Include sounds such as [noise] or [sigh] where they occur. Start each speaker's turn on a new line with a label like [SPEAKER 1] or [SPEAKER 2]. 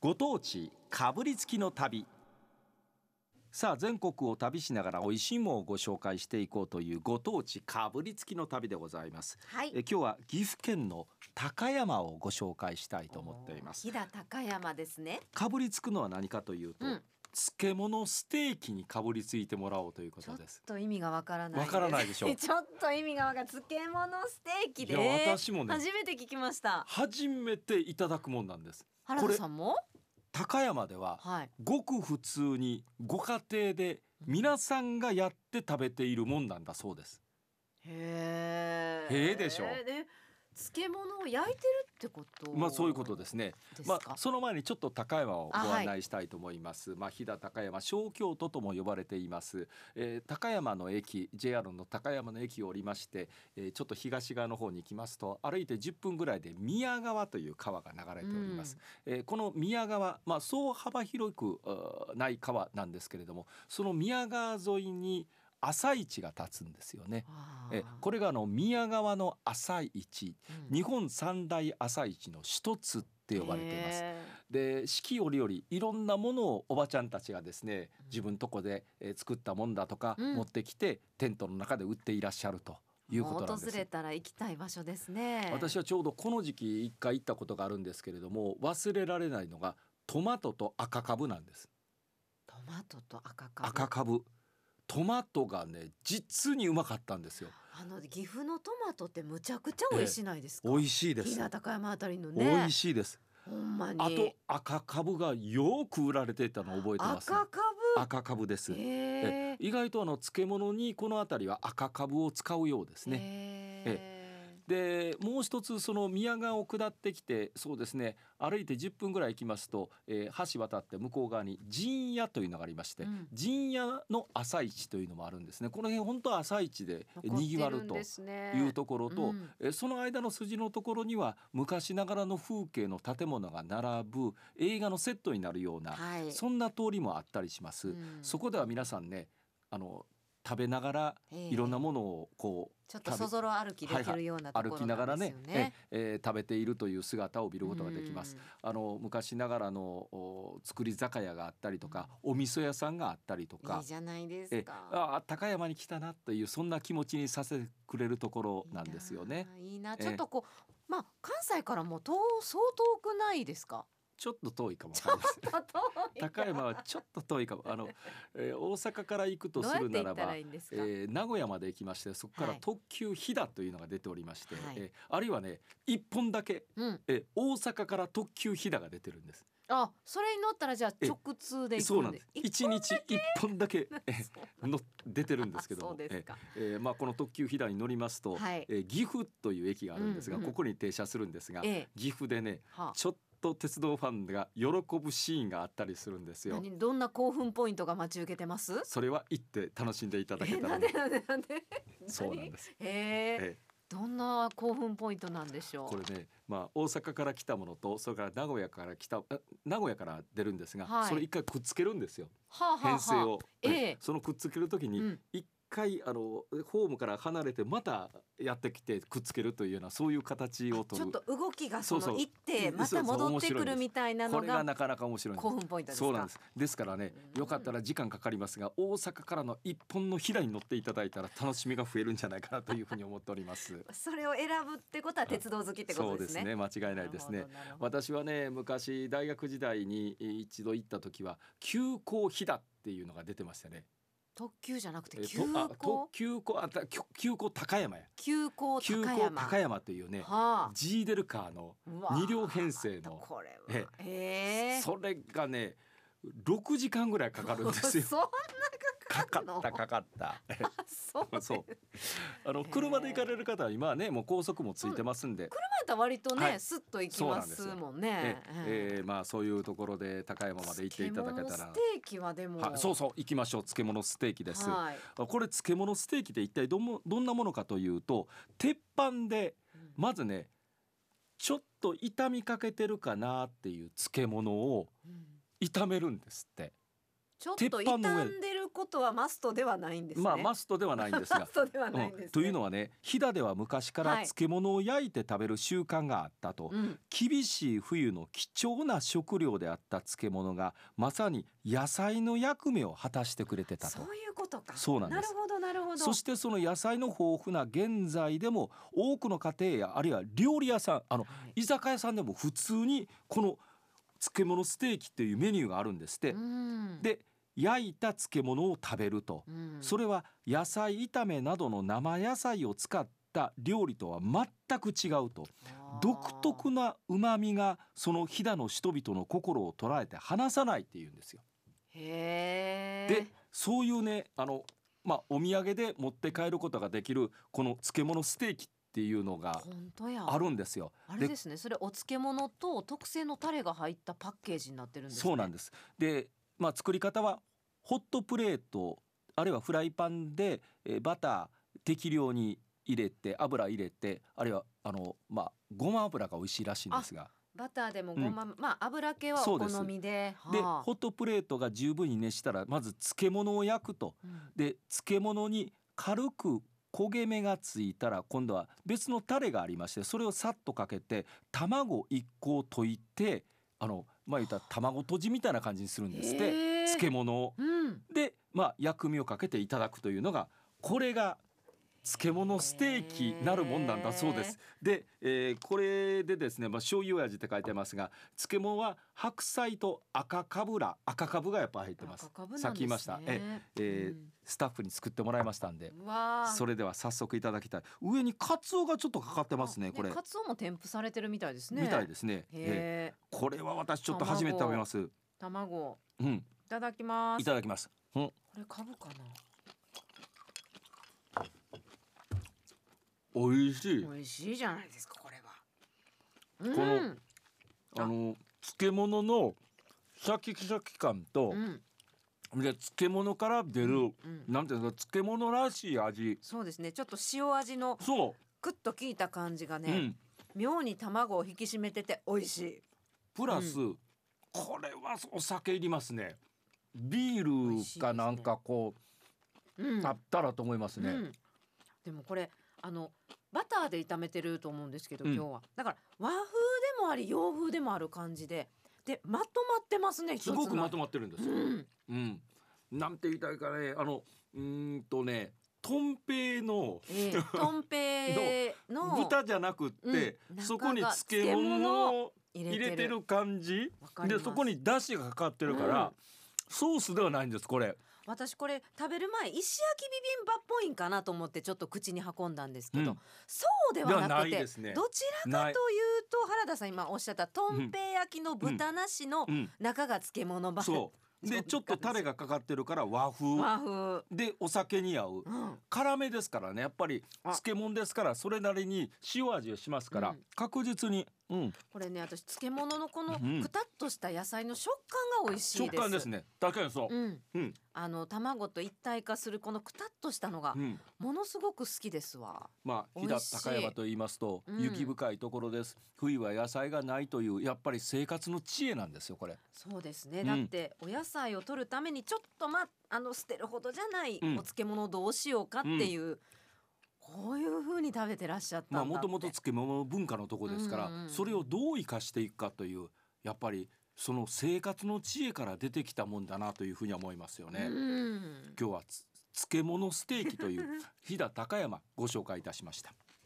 [SPEAKER 1] ご当地かぶりつきの旅さあ全国を旅しながらおいしいものをご紹介していこうというご当地かぶりつきの旅でございます
[SPEAKER 2] はい
[SPEAKER 1] え。今日は岐阜県の高山をご紹介したいと思っています
[SPEAKER 2] 飛騨高山ですね。
[SPEAKER 1] かぶりつくのは何かというと、
[SPEAKER 2] うん。
[SPEAKER 1] 漬物ステーキにかぶりついてもらおうというこ
[SPEAKER 2] ち
[SPEAKER 1] と
[SPEAKER 2] ょっ
[SPEAKER 1] です
[SPEAKER 2] と意味がわからない。
[SPEAKER 1] わからないでしょ
[SPEAKER 2] [laughs] ちょっと意味がわからない。漬物ステーキ
[SPEAKER 1] い
[SPEAKER 2] で
[SPEAKER 1] や私もね
[SPEAKER 2] 初めて聞きました。
[SPEAKER 1] 初めていただくもんなんです
[SPEAKER 2] 原田さんも？
[SPEAKER 1] 高山では
[SPEAKER 2] はい。
[SPEAKER 1] ごく普通にご家庭で皆さんがやって食べているもんなんだそうです
[SPEAKER 2] へえ。
[SPEAKER 1] へーでしょ
[SPEAKER 2] で漬物を焼いてるってこと？
[SPEAKER 1] まあそういうことですね
[SPEAKER 2] です
[SPEAKER 1] ま
[SPEAKER 2] か。
[SPEAKER 1] あその前にちょっと高山をご
[SPEAKER 2] あは
[SPEAKER 1] 案
[SPEAKER 2] い
[SPEAKER 1] 内したいと思います、まあ飛騨高山小京都とも呼ばれています、えー高山の駅 JR の高山の駅を降りまして、えーちょっと東側の方に行きますと歩いて10分ぐらいで宮川という川が流れております、えーこの宮川まあそう幅広くあーない川なんですけれどもその宮川沿いに朝市が立つんですよね
[SPEAKER 2] あー
[SPEAKER 1] えこれがあの宮川の朝市
[SPEAKER 2] うん
[SPEAKER 1] 日本三大朝市の一つって呼ばれています。
[SPEAKER 2] へ
[SPEAKER 1] で四季折々いろんなものをおばちゃんたちがですね
[SPEAKER 2] うん
[SPEAKER 1] 自分とこでえー作ったもんだとか
[SPEAKER 2] うん
[SPEAKER 1] 持ってきてテントの中で売っていらっしゃると
[SPEAKER 2] ー
[SPEAKER 1] いうことなんで
[SPEAKER 2] 訪
[SPEAKER 1] す。
[SPEAKER 2] れたら行きたい場所ですね。
[SPEAKER 1] 私はちょうどこの時期一回行ったことがあるんですけれども忘れられないのがトマトと赤カブなんです
[SPEAKER 2] トマトと赤かぶ。
[SPEAKER 1] 赤カブトマトがね実にうまかったんですよ
[SPEAKER 2] あの岐阜のトマトってむちゃくちゃ美味しないですか。
[SPEAKER 1] 美味しいで
[SPEAKER 2] 飛
[SPEAKER 1] す
[SPEAKER 2] 騨高山あたりのね。
[SPEAKER 1] 美味しいです
[SPEAKER 2] ほんまに。
[SPEAKER 1] あと赤カブがよく売られていたのを覚えてます
[SPEAKER 2] 赤か
[SPEAKER 1] 赤カブです
[SPEAKER 2] ぶ。へえ。
[SPEAKER 1] 意外とあの漬物にこの辺りは赤カブを使うようですね。
[SPEAKER 2] ね
[SPEAKER 1] でもう一つその宮川を下ってきてそうですね歩いて10分ぐらい行きますと、えー橋渡って向こう側に陣屋というのがありまして、
[SPEAKER 2] うん
[SPEAKER 1] 陣屋の朝市というのもあるんですねこの辺本当は朝市でにぎわるというところと、
[SPEAKER 2] うん
[SPEAKER 1] えーその間の筋のところには昔ながらの風景の建物が並ぶ映画のセットになるような、
[SPEAKER 2] はい。
[SPEAKER 1] そんな通りもあったりします。
[SPEAKER 2] うん
[SPEAKER 1] そこでは皆さんねあの食べながら
[SPEAKER 2] ええ
[SPEAKER 1] いろんなものをこう
[SPEAKER 2] ちょっとそぞろ歩きできるようなとこ
[SPEAKER 1] 歩き
[SPEAKER 2] ろ
[SPEAKER 1] なが
[SPEAKER 2] な
[SPEAKER 1] ら
[SPEAKER 2] んです
[SPEAKER 1] ね
[SPEAKER 2] よね。
[SPEAKER 1] ええー食べているという姿を見ることができます
[SPEAKER 2] うん。。
[SPEAKER 1] あの昔ながらのお作り酒屋があったりとか、お味噌屋さんがあったりと
[SPEAKER 2] い
[SPEAKER 1] か
[SPEAKER 2] い。じゃないで
[SPEAKER 1] え
[SPEAKER 2] す
[SPEAKER 1] ー
[SPEAKER 2] か。
[SPEAKER 1] ああ高山に来たなというそんな気持ちにさせてくれるところなんですよね。
[SPEAKER 2] いいな。いいな
[SPEAKER 1] ええ
[SPEAKER 2] ちょっとこう、まあ関西からも遠相当遠くないですか。
[SPEAKER 1] ちょっと遠いかもわかりません。
[SPEAKER 2] 遠
[SPEAKER 1] [laughs]
[SPEAKER 2] い
[SPEAKER 1] 高山はちょっと遠いかも。あの、えー大阪から行くと
[SPEAKER 2] どう
[SPEAKER 1] す
[SPEAKER 2] やっ
[SPEAKER 1] るな
[SPEAKER 2] て行
[SPEAKER 1] ら
[SPEAKER 2] った
[SPEAKER 1] ば
[SPEAKER 2] らいいんですか。
[SPEAKER 1] えー名古屋まで行きましてそこから
[SPEAKER 2] はい
[SPEAKER 1] 特急飛騨というのが出ておりまして、
[SPEAKER 2] はい
[SPEAKER 1] えーあるいはね1本だけ、
[SPEAKER 2] うん。
[SPEAKER 1] えー大阪から特急飛騨が出てるんです
[SPEAKER 2] あ、それに乗ったらじゃあ
[SPEAKER 1] ええ
[SPEAKER 2] 直通で行くんで。
[SPEAKER 1] そうなんです
[SPEAKER 2] 一
[SPEAKER 1] 1日1本だけえー
[SPEAKER 2] [laughs]
[SPEAKER 1] の出てるんですけど
[SPEAKER 2] あそ
[SPEAKER 1] も
[SPEAKER 2] うですか。
[SPEAKER 1] えーえーまあ、この特急飛騨に乗りますと、
[SPEAKER 2] はい
[SPEAKER 1] えー岐阜という駅があるんですが、
[SPEAKER 2] うんうん
[SPEAKER 1] ここに停車するんですが、
[SPEAKER 2] ええ。
[SPEAKER 1] 岐阜でね
[SPEAKER 2] はあ。
[SPEAKER 1] ちょっと鉄道ファンが喜ぶシーンがあったりするんですよ。
[SPEAKER 2] 何どんな興奮ポイントが待ち受けてます？
[SPEAKER 1] それは行って楽しんでいただけ
[SPEAKER 2] え
[SPEAKER 1] た
[SPEAKER 2] [laughs] な
[SPEAKER 1] ら
[SPEAKER 2] ん
[SPEAKER 1] な
[SPEAKER 2] でなんでなんで？
[SPEAKER 1] そうなんです。
[SPEAKER 2] 何へえ
[SPEAKER 1] えー
[SPEAKER 2] どんな興奮ポイントなんでしょう。
[SPEAKER 1] これね、まあ、大阪から来たものとそれから名古屋から来たあ名古屋から出るんですが、
[SPEAKER 2] はい
[SPEAKER 1] それ一回くっつけるんですよ
[SPEAKER 2] はあ、はあはあ
[SPEAKER 1] 編成を、
[SPEAKER 2] ええ
[SPEAKER 1] そのくっつける時
[SPEAKER 2] う
[SPEAKER 1] に
[SPEAKER 2] ん
[SPEAKER 1] 一回あのホームから離れてまたやってきてくっつけるというようなそういう形を
[SPEAKER 2] あ
[SPEAKER 1] と
[SPEAKER 2] ち
[SPEAKER 1] る
[SPEAKER 2] ょっと動きがそ
[SPEAKER 1] そう
[SPEAKER 2] の
[SPEAKER 1] そう
[SPEAKER 2] 行ってま
[SPEAKER 1] そう
[SPEAKER 2] た
[SPEAKER 1] そう
[SPEAKER 2] 戻って
[SPEAKER 1] 面白い
[SPEAKER 2] く
[SPEAKER 1] んで
[SPEAKER 2] る
[SPEAKER 1] す
[SPEAKER 2] みたいな
[SPEAKER 1] こ
[SPEAKER 2] の
[SPEAKER 1] れが
[SPEAKER 2] が
[SPEAKER 1] なかなか面白いんで
[SPEAKER 2] 興
[SPEAKER 1] す
[SPEAKER 2] 奮ポイントですか。
[SPEAKER 1] そうなんですですからね
[SPEAKER 2] うん
[SPEAKER 1] よかったら時間かかりますが大阪からの一本の飛騨に乗っていただいたら楽しみが増えるんじゃないかなというふうに思っており
[SPEAKER 2] [laughs]
[SPEAKER 1] ます。
[SPEAKER 2] それを選ぶってことは鉄道好きってこ
[SPEAKER 1] そ
[SPEAKER 2] と
[SPEAKER 1] う
[SPEAKER 2] で
[SPEAKER 1] ですす
[SPEAKER 2] ね。
[SPEAKER 1] ね間違いないですね。
[SPEAKER 2] なるほど。なるほど
[SPEAKER 1] 私はね昔大学時代にえー一度行った時は急行飛騨っていうのが出てましたね。
[SPEAKER 2] 特急じゃなくて
[SPEAKER 1] えー
[SPEAKER 2] 急
[SPEAKER 1] とあ
[SPEAKER 2] 行
[SPEAKER 1] と急行あた急急行高山や。
[SPEAKER 2] 急行
[SPEAKER 1] 急
[SPEAKER 2] 高
[SPEAKER 1] 行
[SPEAKER 2] 山。
[SPEAKER 1] 高山というね、
[SPEAKER 2] はあ
[SPEAKER 1] ジーデルカーの
[SPEAKER 2] うわあ。
[SPEAKER 1] 二両編成の
[SPEAKER 2] これ
[SPEAKER 1] え
[SPEAKER 2] は。ええ。。
[SPEAKER 1] それがね6時間ぐらいかかるんですよ
[SPEAKER 2] [laughs] そんな
[SPEAKER 1] か
[SPEAKER 2] かか
[SPEAKER 1] か
[SPEAKER 2] るの
[SPEAKER 1] ったかかった。
[SPEAKER 2] そうです。
[SPEAKER 1] そう。あの
[SPEAKER 2] へえ
[SPEAKER 1] 車で行かれる方は今はねもう高速もついてますんで。
[SPEAKER 2] また割とね、
[SPEAKER 1] はい
[SPEAKER 2] スッと行きますもんね
[SPEAKER 1] え。えーまあそういうところで高山まで行っていただけた
[SPEAKER 2] 漬
[SPEAKER 1] ら
[SPEAKER 2] 物ステ。ーキはでも。
[SPEAKER 1] はそうそう行きましょう漬物ステーキです。
[SPEAKER 2] はい。
[SPEAKER 1] あこれ漬物ステーキって一体どもどんなものかというと鉄板でまずねちょっと傷みかけてるかなっていう漬物を
[SPEAKER 2] うん
[SPEAKER 1] 炒めるんですって
[SPEAKER 2] ちょっと傷ん
[SPEAKER 1] 鉄板の上
[SPEAKER 2] でることはマストではないんですね。
[SPEAKER 1] まあマストではないんです
[SPEAKER 2] マ
[SPEAKER 1] が
[SPEAKER 2] ストではないんですね、
[SPEAKER 1] うんというのはね飛騨では昔から
[SPEAKER 2] はい
[SPEAKER 1] 漬物を焼いて食べる習慣があったと、
[SPEAKER 2] うん
[SPEAKER 1] 厳しい冬の貴重な食料であった漬物がまさに野菜の役目を果たしてくれてた
[SPEAKER 2] そ
[SPEAKER 1] と
[SPEAKER 2] ういうことか。
[SPEAKER 1] そうなんです
[SPEAKER 2] るほどなるほど。
[SPEAKER 1] そしてその野菜の豊富な現在でも多くの家庭やあるいは料理屋さんあの
[SPEAKER 2] はい
[SPEAKER 1] 居酒屋さんでも普通にこの漬物ステーキっていうメニューがあるんですって
[SPEAKER 2] う、ん、
[SPEAKER 1] で焼いた漬物を食べると、
[SPEAKER 2] うん
[SPEAKER 1] それは野菜炒めなどの生野菜を使った料理とは全く違うと
[SPEAKER 2] あー
[SPEAKER 1] 独特な旨味がその飛騨の人々の心を捉えて離さないっていうんですよ。
[SPEAKER 2] へえ。
[SPEAKER 1] でそういうねあの、まあ、お土産で持って帰ることができるこの漬物ステーキっていうのが
[SPEAKER 2] 本当や。
[SPEAKER 1] あるんですよ。
[SPEAKER 2] あれですね。それお漬物と特製のタレが入ったパッケージになってるんです、ね。
[SPEAKER 1] そうなんです。で、まあ、作り方はホットプレートあるいはフライパンで、えーバター適量に入れて油入れてあるいはあのまあごま油が美味しいらしいんですが
[SPEAKER 2] バターでもごま、まあ油系は
[SPEAKER 1] そ
[SPEAKER 2] お
[SPEAKER 1] うです
[SPEAKER 2] 好みで。
[SPEAKER 1] で
[SPEAKER 2] はあ
[SPEAKER 1] ホットプレートが十分に熱したらまず漬物を焼くと
[SPEAKER 2] うん
[SPEAKER 1] で漬物に軽く焦げ目がついたら今度は別のタレがありましてそれをさっとかけて卵1個を溶いてあのまあ言ったら卵とじみたいな感じにするんですって
[SPEAKER 2] へえ
[SPEAKER 1] 漬物を。
[SPEAKER 2] うん。
[SPEAKER 1] で、まあ、薬味をかけていただくというのがこれが漬物ステーキなるもんなんだそうです。で、えーこれでですね、まあ、醤油味って書いてますが漬物は白菜と赤かぶら赤かぶがやっぱ入ってます
[SPEAKER 2] 赤かぶなんですね
[SPEAKER 1] さっき言いましたええースタッフに作ってもらいましたんで
[SPEAKER 2] うんうわあ
[SPEAKER 1] それでは早速いただきたい上にカツオがちょっとかかってますねこれ
[SPEAKER 2] カツオも添付されてるみたいですね。
[SPEAKER 1] みたい
[SPEAKER 2] す。
[SPEAKER 1] ですね、え
[SPEAKER 2] へえ。
[SPEAKER 1] ーこれは私ちょっと初めて食べます
[SPEAKER 2] 卵
[SPEAKER 1] うん
[SPEAKER 2] いただきま
[SPEAKER 1] い
[SPEAKER 2] す。
[SPEAKER 1] ただきますうん
[SPEAKER 2] これカブかな。
[SPEAKER 1] 美味しい
[SPEAKER 2] 美味しいじゃないですかこれは。うん、
[SPEAKER 1] のあの漬物のシャキシャキ感と、
[SPEAKER 2] うん
[SPEAKER 1] で漬物から出る、
[SPEAKER 2] うん、
[SPEAKER 1] なんていうの漬物らしい味
[SPEAKER 2] そうですねちょっと塩味の
[SPEAKER 1] そ
[SPEAKER 2] クッと効いた感じが
[SPEAKER 1] う、
[SPEAKER 2] ね、
[SPEAKER 1] うん、
[SPEAKER 2] 妙に卵を引き締めてて美味しい
[SPEAKER 1] プラス、これはお酒いりますねビールかなんかこ
[SPEAKER 2] う
[SPEAKER 1] う、
[SPEAKER 2] ん
[SPEAKER 1] あったらと思いますね、
[SPEAKER 2] うん、でもこれあのバターで炒めてると思うんですけど、
[SPEAKER 1] うん
[SPEAKER 2] 今日はだから和風でもあり洋風でもある感じででまとまってますね
[SPEAKER 1] すごくまと
[SPEAKER 2] ま
[SPEAKER 1] まってるんですよ、
[SPEAKER 2] うん、
[SPEAKER 1] うん、なんて言いたいかねあのうーんとねとんぺいの
[SPEAKER 2] え
[SPEAKER 1] [laughs]
[SPEAKER 2] えとんぺいの
[SPEAKER 1] 豚じゃなくって、
[SPEAKER 2] うん
[SPEAKER 1] そこに
[SPEAKER 2] 中が
[SPEAKER 1] 漬物を
[SPEAKER 2] 入
[SPEAKER 1] 入れてる感じ
[SPEAKER 2] わかりま
[SPEAKER 1] ですそこにだしがかかってるから、
[SPEAKER 2] うん
[SPEAKER 1] ソースではないんですこれ
[SPEAKER 2] 私これ食べる前石焼きビビンバっぽいんかなと思ってちょっと口に運んだんですけど、
[SPEAKER 1] うん
[SPEAKER 2] そうで
[SPEAKER 1] では
[SPEAKER 2] はな
[SPEAKER 1] な
[SPEAKER 2] く
[SPEAKER 1] い
[SPEAKER 2] て
[SPEAKER 1] ですね
[SPEAKER 2] どちらか
[SPEAKER 1] な
[SPEAKER 2] という
[SPEAKER 1] い
[SPEAKER 2] と原田さん今おっしゃったとんぺい焼きの豚なしの
[SPEAKER 1] うん
[SPEAKER 2] 中が漬物版、
[SPEAKER 1] そう
[SPEAKER 2] そう
[SPEAKER 1] でちょっとタレがかかってるから和風
[SPEAKER 2] [laughs] 和風、
[SPEAKER 1] でお酒に合う
[SPEAKER 2] うん、
[SPEAKER 1] 辛めですからねやっぱり
[SPEAKER 2] あ
[SPEAKER 1] 漬物ですからそれなりに塩味をしますから、
[SPEAKER 2] うん
[SPEAKER 1] 確実に、うん、
[SPEAKER 2] これね私漬物のこの
[SPEAKER 1] うん
[SPEAKER 2] くたっとした野菜の食感が美味しい
[SPEAKER 1] 食
[SPEAKER 2] です
[SPEAKER 1] 感ですね確かにそう、
[SPEAKER 2] うん、
[SPEAKER 1] うん
[SPEAKER 2] あの卵と一体化するこのくたっとしたのが
[SPEAKER 1] うん
[SPEAKER 2] ものすごく好きですわ、
[SPEAKER 1] まあ、
[SPEAKER 2] 美
[SPEAKER 1] 飛
[SPEAKER 2] 味
[SPEAKER 1] 騨
[SPEAKER 2] しい
[SPEAKER 1] 高山と言いますと、
[SPEAKER 2] うん
[SPEAKER 1] 雪深いところです冬は野菜がないというやっぱり生活の知恵なんですよこれ
[SPEAKER 2] そうですね、
[SPEAKER 1] うん
[SPEAKER 2] だってお野菜を取るためにちょっとまあの捨てるほどじゃないお
[SPEAKER 1] うん
[SPEAKER 2] 漬物をどうしようかっていう、こういう風に食べてらっしゃったんだ
[SPEAKER 1] ま
[SPEAKER 2] っ
[SPEAKER 1] あ
[SPEAKER 2] て、
[SPEAKER 1] もともと漬物文化のとこですから、
[SPEAKER 2] うんうんうん
[SPEAKER 1] それをどう生かしていくかというやっぱりその生活の知恵から出てきたもんだなというふうには思いますよね、
[SPEAKER 2] うん
[SPEAKER 1] 今日はつ漬物ステーキという飛騨高山ご紹介いたしました